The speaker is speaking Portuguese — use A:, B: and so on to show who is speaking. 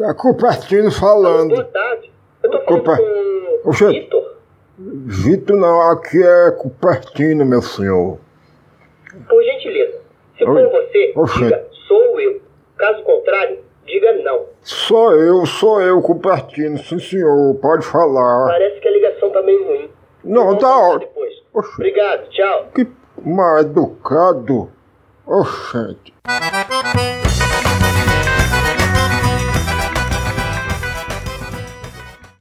A: É Cupertino falando.
B: Boa tarde. Eu tô falando
A: Opa.
B: com o
A: Oxe.
B: Vitor.
A: Vito não, aqui é Cupertino, meu senhor.
B: Por gentileza, se
A: Oi.
B: for você,
A: Oxe.
B: diga sou eu. Caso contrário, diga não.
A: Sou eu, sou eu, Cupertino, sim senhor, pode falar.
B: Parece que a ligação tá meio ruim.
A: Não,
B: Vamos
A: tá
B: falar
A: ótimo.
B: depois.
A: Oxe.
B: Obrigado, tchau.
A: Que mal educado. Oxente.